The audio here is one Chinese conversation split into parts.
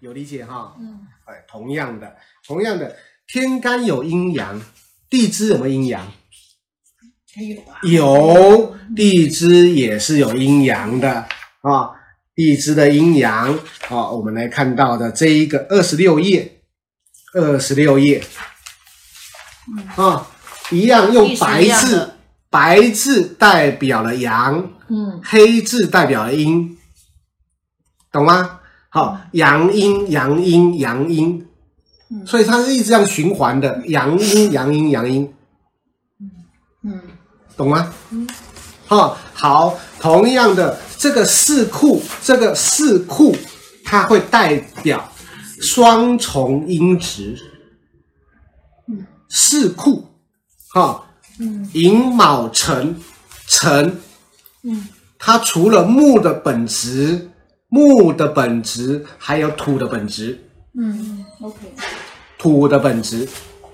有理解哈？嗯，哎，同样的，同样的，天干有阴阳，地支有没有阴阳？还有啊，有，地支也是有阴阳的啊。地支的阴阳啊，我们来看到的这一个二十六页，二十六页嗯，啊，一样用意思白一样字的，白字代表了阳，嗯黑字代表了阴，懂吗？好，阳阴阳阴阳阴，嗯所以它是一直这样循环的，阳阴阳阴阳阴，嗯懂吗？嗯哦，好，同样的，这个四库，这个四库，它会代表双重音值。嗯四库，哈、嗯寅卯辰，辰，嗯它除了木的本质，木的本质，还有土的本质。嗯，OK，土的本质，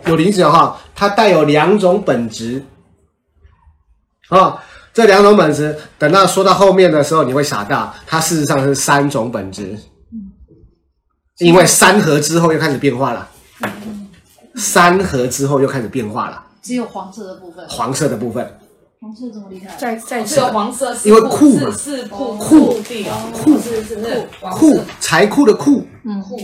有理解哈，它带有两种本质啊、这两种本质，等到说到后面的时候，你会傻到，它事实上是三种本质，因为三合之后又开始变化了，三合之后又开始变化了，只有黄色的部分，黄色的部分，黄色这么厉害，在在哦是有黄色，是因为库库嘛是是库库地哦，库是是是黄色库财库的库，嗯库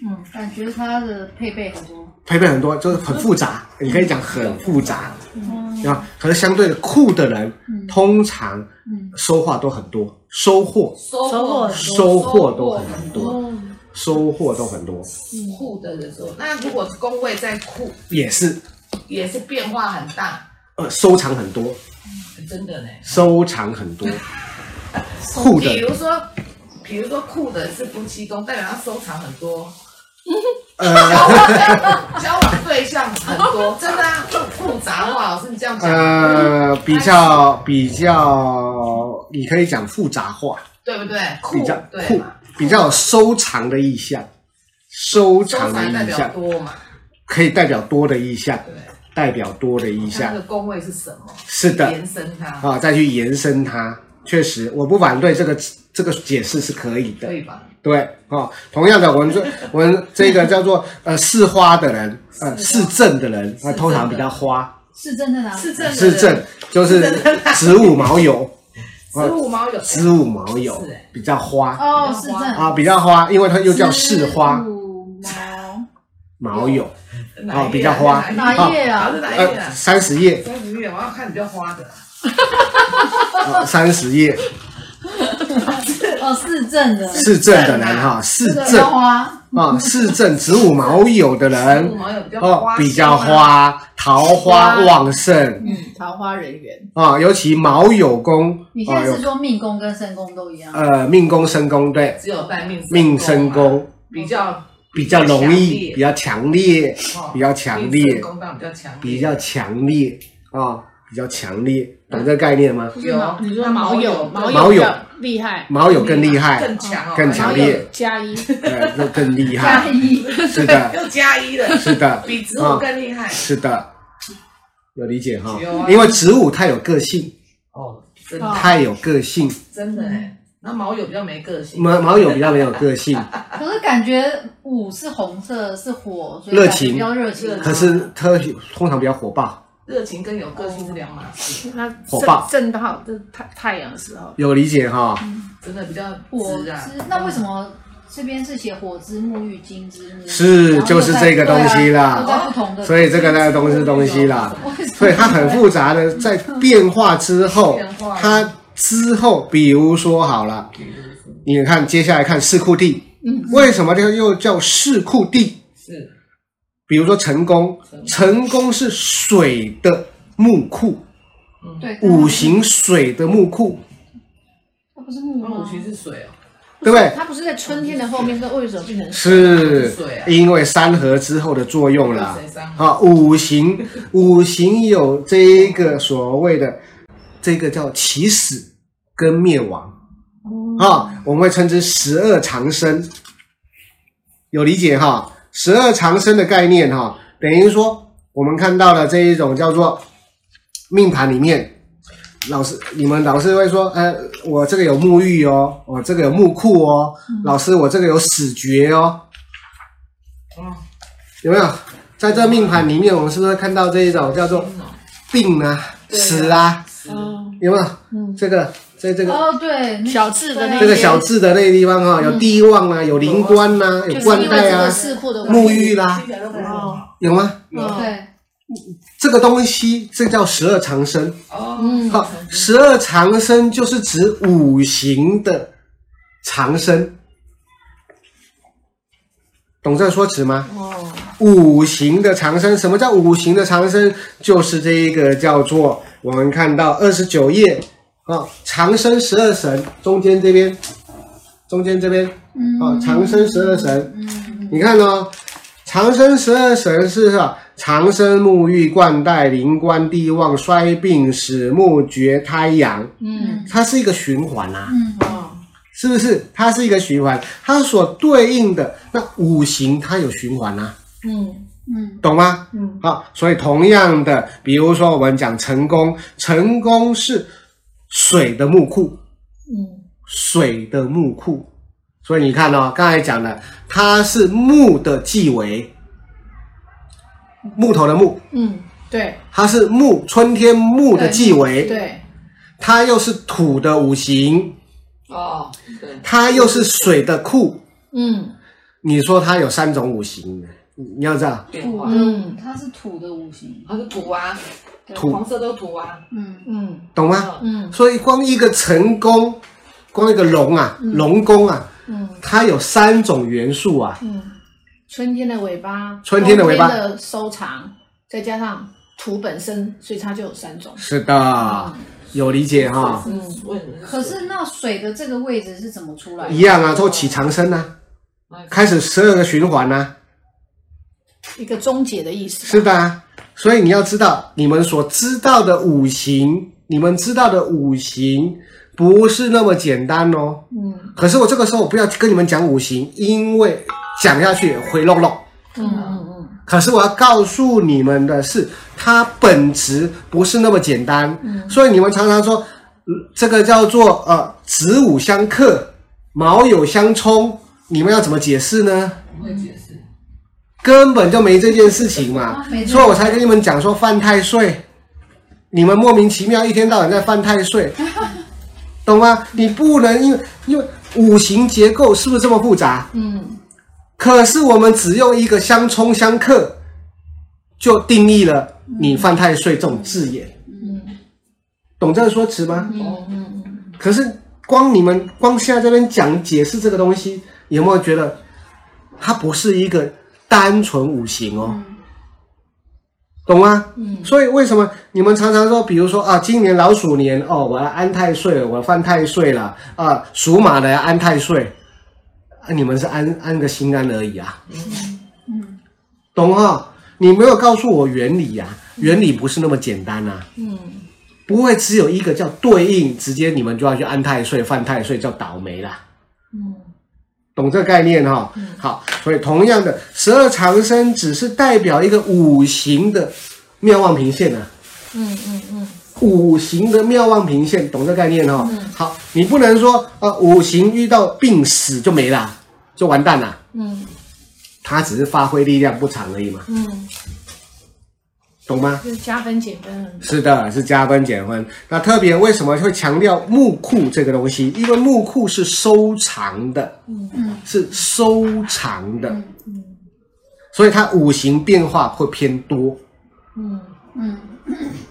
嗯，感觉它的配备很多，配备很多，就是很复杂，嗯你可以讲很复杂嗯啊。可是相对的酷的人，通常嗯收获都很多，收获收收获获收很多获都很多，哦，收获都很多，库的人说，那如果宫位在库，也是也是变化很大，呃收藏很多，真的呢。收藏很多，酷比的如说，比如说库的是夫妻宫，代表他收藏很多，呃交往对象很多，真的啊，复杂化。老师你这样讲，呃比较比较，你可以讲复杂化，对不对？比库较对酷嘛，比较有收藏的意向，收收藏的藏代意表向多嘛，可以代表多的意向，对不对。代表多的意那向个，宫位是什么？是的。延伸它，啊，再去延伸它。确实，我不反对这个这个解释是可以的可。以吧？对哦，同样的，我们说 我们这个叫做呃是花的人，呃是正的人，那、是通常正比的较花。是真的啦，是正的是正就是是正的子午卯酉，十五毛有子午卯酉是欸比较花哦，是正啊，比较花，因为它又叫是花五毛卯酉。哪一页哦比较花哪一页啊老师哪一页呃，啊？三十 页，三十页，我要看比较花的。三十页哦，是正的，是正的人哈，是这个正花，啊，是正子午卯酉的十人五，毛有比较哦花，，啊比较。花，桃花花旺盛嗯，桃花人缘，啊、尤其卯酉宫你现啊、在有是说命宫跟身宫都一样，呃命宫、身宫对，只有带命命身宫嘛宫比较比较容易，比比较强烈，哦比较强命身烈，宫当然比较强烈，比较强烈啊、比较强烈，懂这个概念吗？就是毛有你说那毛毛友友毛毛友友更厉害，卯酉更厉 害，更强哦，更毛强友烈加一，呃，那更厉加 害，一，是的，又加一 了，是的，比植物更厉害。是的，有理解哈有啊，因为子午太有个性，哦，真哦的太有个性，真的哎，那毛友比较没个性，卯卯酉比较没有个性。可是感觉五是红色，是火，所以热感觉情比较热情啊。可是它通常比较火爆，热情跟有个性是两码事，那火爆正正到这太太阳的时候，有理解哈？真的比较火直啊之。那为什么这边是写火之沐浴金之呢？是然后又在就是这个东西啦对啊都在不同的，所以这个呢，东西东西啦，所以它很复杂的，在变化之后变，化它之后，比如说好了，你看接下来看四库地，嗯为什么这个又叫四库地？是哦比如说成功，成功是水的木库， 对嗯五，行水的木库，它不是木那吗五行是水哦，对不对？它不是在春天的后面，那为什么变成是水啊因为三合之后的作用啦水三。合啊，五行五行有这一个所谓的这个叫起始跟灭亡啊，我们会称之十二长生，有理解哈？十二长生的概念哈，等于说我们看到了这一种叫做命盘里面老师，你们老师会说，呃，我这个有沐浴哦，我这个有木库哦，嗯老师，我这个有死绝哦，嗯，有没有？在这命盘里面，我们是不是看到这一种叫做嗯病啊、对啊死啊，哦，有没有？嗯，这个在这个哦，对，那小智的那对啊这个小字的那个地方哈，有地旺啊，有灵官呐，有嗯就是冠因为带这个啊，事故的关系沐浴啦，听起来都不太好哦，有吗？嗯对这个东西这叫十二长生。哦，嗯好，十二长生就是指五行的长生，懂这说辞吗？哦，五行的长生，什么叫五行的长生？就是这一个叫做我们看到二十九页啊，长生十二神中间这边，中间这边嗯啊，长生十二神，嗯，你看哦，长生十二神是啊，长生沐浴、冠带、灵官、地旺、衰病、死木、绝胎阳，嗯它是一个循环啊，嗯哦，是不是？它是一个循环，它所对应的那五行它有循环啊，嗯嗯懂吗？嗯好，所以同样的，比如说我们讲成功，成功是水的木库，嗯水的木库。所以你看哦，刚才讲了，它是木的纪为，木头的木，嗯，对它是木，春天木的纪为，对，它又是土的五行，哦，对，它又是水的库。嗯你说它有三种五行，你你要知道，变化，嗯，它是土的五行，它是土啊，土黄色都土啊，嗯嗯懂吗？嗯所以光一个成功，光一个龙啊，龙宫啊，嗯它有三种元素啊，嗯，春天的尾巴，春天的尾巴冬天的收藏，再加上土本身，所以它就有三种。是的，有理解哈、嗯，问可是那水的这个位置是怎么出来的一？样啊，都起长生啊，开始十二个循环啊，一个终结的意思。是，的、啊，所以你要知道，你们所知道的五行，你们知道的五行不是那么简单哦。嗯可是我这个时候我不要跟你们讲五行，因为讲下去回漏漏。嗯嗯可是我要告诉你们的是，它本质不是那么简单，嗯所以你们常常说，呃这个叫做呃子午相克，卯酉相冲，你们要怎么解释呢？不会解释，根本就没这件事情嘛啊没，这所以我才跟你们讲说犯太岁，你们莫名其妙一天到晚在犯太 岁，懂吗？你不能因为因为五行结构是不是这么复杂？嗯可是我们只用一个相冲相克，就定义了你犯太岁这种字眼，嗯懂这个说辞吗？嗯嗯可是光你们光现在这边讲解释这个东西，有没有觉得它不是一个单纯五行哦？懂吗？嗯所以为什么你们常常说，比如说啊，今年老鼠年哦，我要安太岁，我犯太岁了啊，属马的要安太岁，啊，你们是安安个心安而已啊，嗯懂哈？你没有告诉我原理呀、啊原理不是那么简单啊，嗯不会只有一个叫对应，直接你们就要去安太岁、犯太岁，叫倒霉啦。嗯懂这个概念哈、好，所以同样的，十二长生只是代表一个五行的妙望平线啊。嗯嗯五行的妙望平线，懂这概念哦？好，你不能说呃五行遇到病死就没啦，就完蛋啦，嗯它只是发挥力量不长而已嘛，嗯，懂吗？就是加分减分。是的，是加分减分。那特别为什么会强调木库这个东西？因为木库是收藏的，嗯是收藏的，嗯所以它五行变化会偏多嗯嗯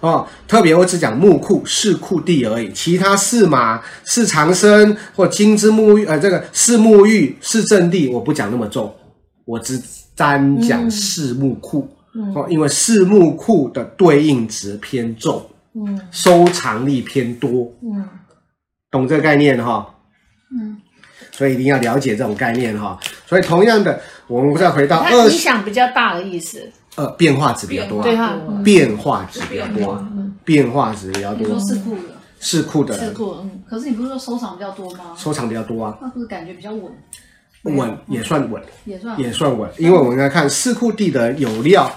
哦。特别我只讲木库是库地而已，其他是马、是长生或金枝沐浴，呃，这个是沐浴是正地，我不讲那么重，我只单讲四木库、嗯哦，因为四木库的对应值偏重，嗯收藏力偏多，嗯懂这个概念哈、嗯，所以一定要了解这种概念哈、所以同样的，我们再回到它啊二影十响比较大的意思。呃变化值比较多、对啊，哈，变化值比较变多化啊，，变化值比较你说多，是土的，是库的事人故，嗯可是你不是说收藏比较多吗？收藏比较多啊，那不是感觉比较稳，稳也算稳，也算也算稳，因为我们来看四库地的有啊料，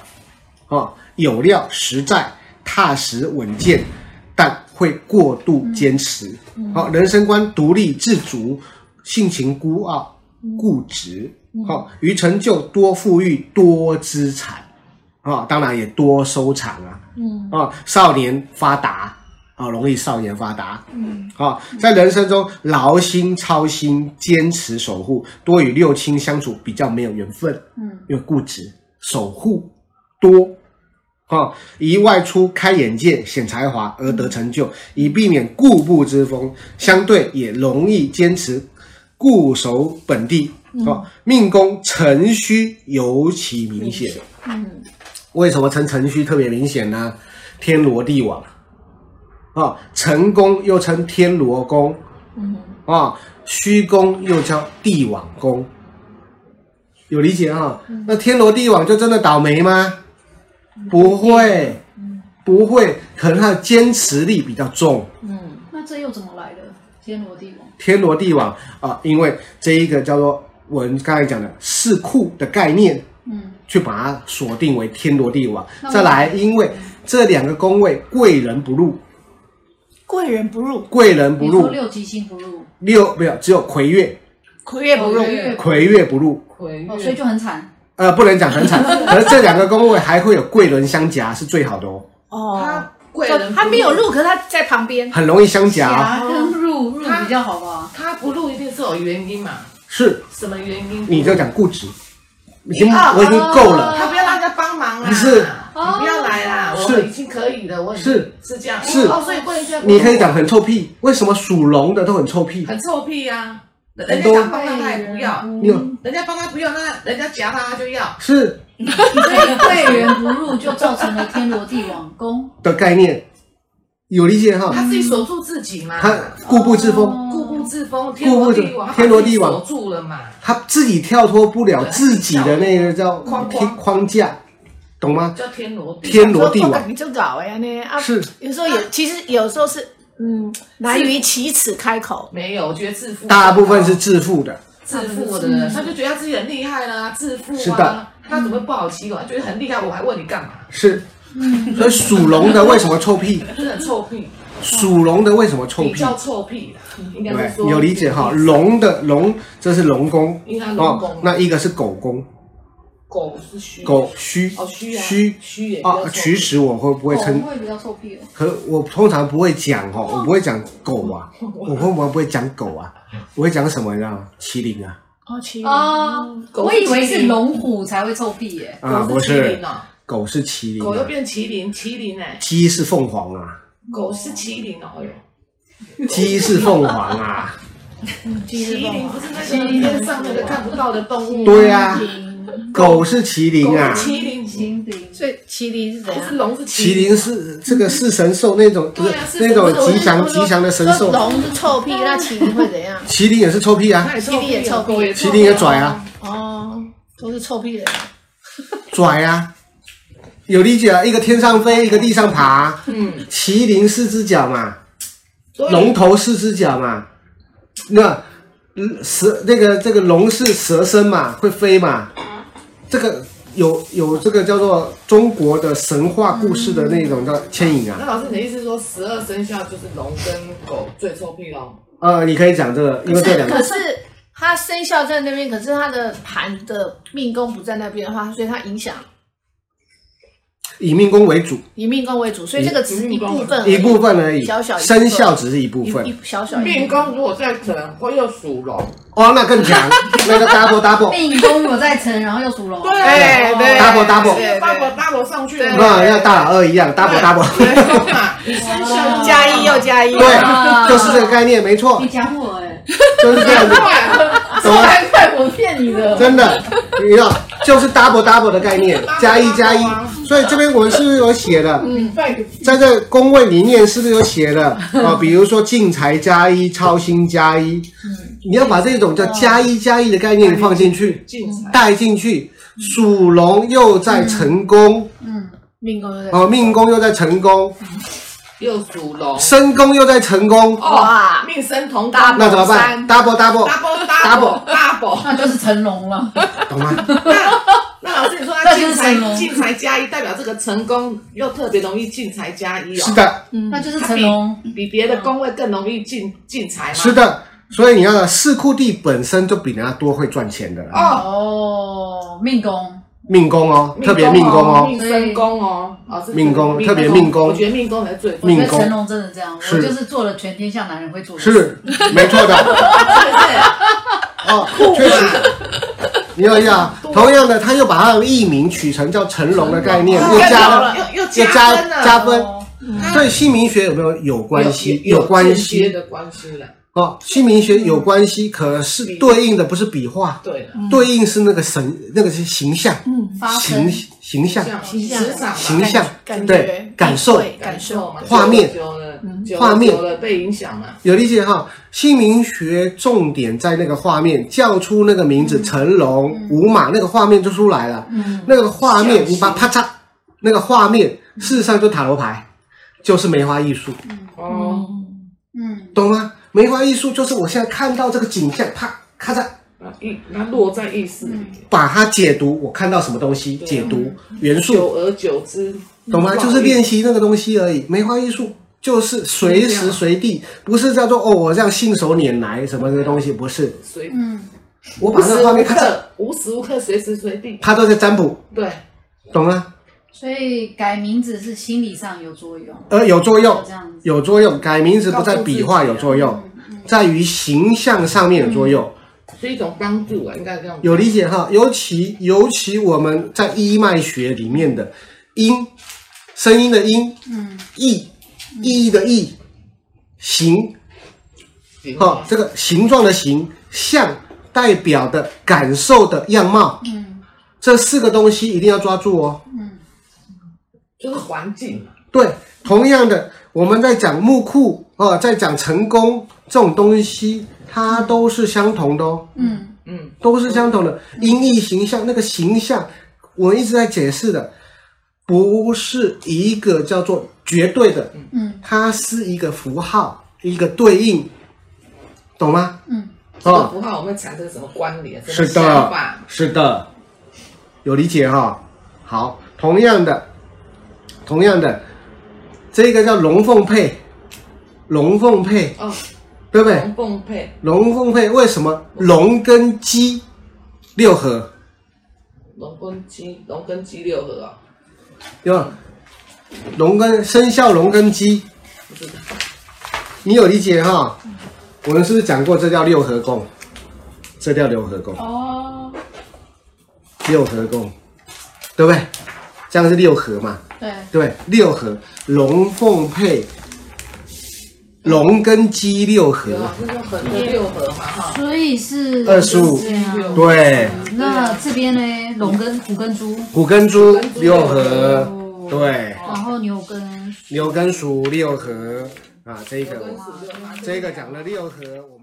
哦，有料实在踏实稳健，但会过度坚持。好、人生观独立自主，性情孤傲、固执。好、于成就多富裕、多资产。啊、当然也多收藏啊。嗯。啊、少年发达啊、容易少年发达。嗯。啊、在人生中劳心操心，坚持守护，多与六亲相处比较没有缘分。嗯，因为固执、守护多，哈、宜外出开眼界、显才华而得成就，以避免固步之风，相对也容易坚持固守本地。哦，命宫辰戌尤其明显。嗯，为什么辰辰戌特别明显呢？天罗地网啊，辰宫又称天罗宫，啊，虚宫又叫地网宫，有理解哈、嗯那天罗地网就真的倒霉吗？不会，嗯不会，可能它的坚持力比较重。那这又怎么来的？天罗地网，天罗地网啊，因为这一个叫做我们刚才讲的四库的概念，嗯，去把它锁定为天罗地网那。我再来，因为这两个宫位贵人不入，贵人不入，贵人不你说入，六吉星不入，六没有只有魁月，魁月不入哦，月魁月不入。魁哦，所以月就很惨。呃，不能讲很 惨，可是这两个宫位还会有贵人相夹，是最好的哦，哦，他贵人他没有不入，可是他在旁边，啊很容易相夹。夹啊跟入入比较好吧？他不录一定是有原因嘛？是，什么原因？你就讲固执，已经哦我已经够了，他不要让人家帮忙啦，是你不要来啦，我是们已经可以了，我很是是这样，是哦，所以贵人现在你可以讲很臭屁，为什么属龙的都很臭屁？很臭屁呀，人很家多想帮他他也不要，你有人家帮他不要，那人家夹他他就要，是所以贵人不入就造成了天罗地网宫，的概念，有理解哈？他哦自己锁住自己嘛，他固步自封，固步自封，天固步罗自地网，天罗地网他把自己锁住了嘛，他自己跳脱不了自己的那个叫框框框框架，懂吗？叫天罗地天罗地我感网觉就搞哎呀呢啊，是有时候有，其实有时候是嗯难于启齿开口，没有，我觉得自负，啊大部分是自负的，自负的人，他就觉得他自己很厉害啦，自负是的啊，他怎么会不好欺负？他觉得很厉害，我还问你干嘛？是。嗯所以属龙的为什么臭屁？就是很臭屁，属龙的为什么臭比屁？较臭屁啦，应该对是，说有理解哈。龙的龙，这是龙宫因为它龙宫哦，那一个是狗宫，狗是虚狗虚哦虚啊虚虚也比较啊臭。取死我会不会狗称？会比较臭屁哦。可我通常不会讲哦，我不会讲狗 啊，我会不会讲狗啊？我会讲什么呢？麒麟啊哦，其实啊，狗我是以为麒是麟龙虎才会臭屁耶。啊，不狗是麒是麟哦，狗是麒麟狗又啊，变麒麟，麒麟哎，鸡是凤凰 啊，狗是麒麟哦，哎呦鸡是凤凰 啊，麒麟不是那个天上那个看不到的动物，对 啊，狗是麒麟狗啊，是麒 麟，心灵所以麒麟是怎不样是？龙是麒麟是这个是神兽那种，不对是啊是那种神兽吉祥吉祥的神兽，说龙是臭屁，那麒麟会怎样？麒麟也是臭屁啊，那麒麟也臭屁狗也麒麟也拽啊，哦，都是臭屁人，拽啊，有理解啊，一个天上飞，一个地上爬，嗯，麒麟四只脚嘛，所以龙头四只脚嘛，那嗯蛇那个这个龙是蛇身嘛，会飞嘛，这个有有这个叫做中国的神话故事的那种叫牵引啊，那老师，你的意思是说十二生肖就是龙跟狗最臭屁喽？呃，你可以讲这个，因为这两可 个是他生肖在那边，可是他的盘的命宫不在那边的话，所以他影响以命宫为主， 以命宫为主，所以这个只是一部分而已，一部分而已，小小一部分生肖只是一部分一，一小小一部分命宫如果再整，会又属龙，哦，那更强，那个 double double，命宫有在辰，然后又属龙，对哎对 double double 对对 double double 上去了嘛，那要大老二一样，double double，对嘛？你生肖又加一又啊加一，对，就是这个概念，没错你，讲我哎，就是这样子，懂吗？怪我骗你的，真的，你知道，就是 double double 的概念，加一加一。所以这边我们是不是有写的？在这工位里面是不是有写的？啊，比如说进财加一，操心加一。你要把这种叫加一加一的概念放进去，进财，带进去。属龙又在成功，嗯，命宫又在哦，命宫又在成功，又属龙，身宫又在成功，哦哇，命生同大那怎么办？double double， ？double double double， 那就是成龙了。懂吗？那那老师，你说他就进是什财么进财加一，代表这个成功又特别容易进财加一哦。是，的，那就是成龙。比别的宫位更容易进进财嘛。是的。所以你看呢，四库地本身就比人家多会赚钱的啦，哦，哦，命宫，命宫哦，特别命宫哦，命生宫哦，哦是命宫特别命宫我觉得命宫才最我觉命得宫成龙真的这样，我是就是做了全天下男人会做的事。是没错 的对对哦，确实。你要要，同样的，他又把他的艺名取成叫成龙的概念，又又加哦 加了了，又又又加分啊加加了，分，哦对姓名学有没有有关系？有关嗯间接系的关系了。哦，姓名学有关系，可是对应的不是笔画，对了，对应是那个神，那个是形象，发形生形象，形象职场形象感对觉感受对感受嘛，画面久了，久了画面久了被影响嘛。有理解哈，姓名学重点在那个画面，叫出那个名字成龙、五马，那个画面就出来了。那个画面嗯小嗯你把啪嚓，那个画面事实上就塔罗牌，就是梅花艺术，哦，嗯，懂吗？梅花艺术就是我现在看到这个景象，啪咔嚓，那意它落在意识里嗯面，把它解读，我看到什么东西，对嗯解读元素，久而久之，懂吗？不好就是练意思习那个东西而已。梅花艺术就是随这时样随地，不是叫做哦我这样信手拈来什么的东西，不是。随嗯我把无那时个画无面咔嚓，刻，无时无刻，随时随地，它都在占卜。对，懂吗？所以改名字是心理上有作用，呃，有作用这，样子。有作用。改名字不在笔画有作用，嗯在于形象上面有作用。是一种帮助啊，应该这样。有理解哈？尤其尤其我们在一脉学里面的音，声音的音，嗯，意意义的意，形行哈，这个形状的形，像代表的感受的样貌，嗯，这四个东西一定要抓住哦。就是环境嘛，对，同样的，我们在讲木库啊、呃在讲成功这种东西，它都是相同的哦，嗯，嗯，都是相同的。音译形象那个形象，我一直在解释的，不是一个叫做绝对的，嗯，它是一个符号，一个对应，懂吗？嗯，这个哦，符号我们产生什么关联？是什么想的法，是的，有理解哈、好，同样的，同样的，这个叫龙凤配，龙凤配，哦，对不对？龙凤配，龙凤配为什么龙跟鸡六合？龙跟鸡，龙跟鸡六合啊，对吧？龙跟生肖龙跟鸡，不知道，你有理解哈、我们是不是讲过这叫六合宫？这叫六合宫。哦，六合宫，对不对？这样是六合嘛？对，对不对，六合龙凤配，龙跟鸡六合有，啊，这叫横的六合嘛哈，所以是25这样。对，那这边呢，龙跟虎跟猪，虎跟猪跟猪六六合合，对，然后牛跟牛跟鼠六合啊，这有跟个鼠六合啊这个讲了六合，我们。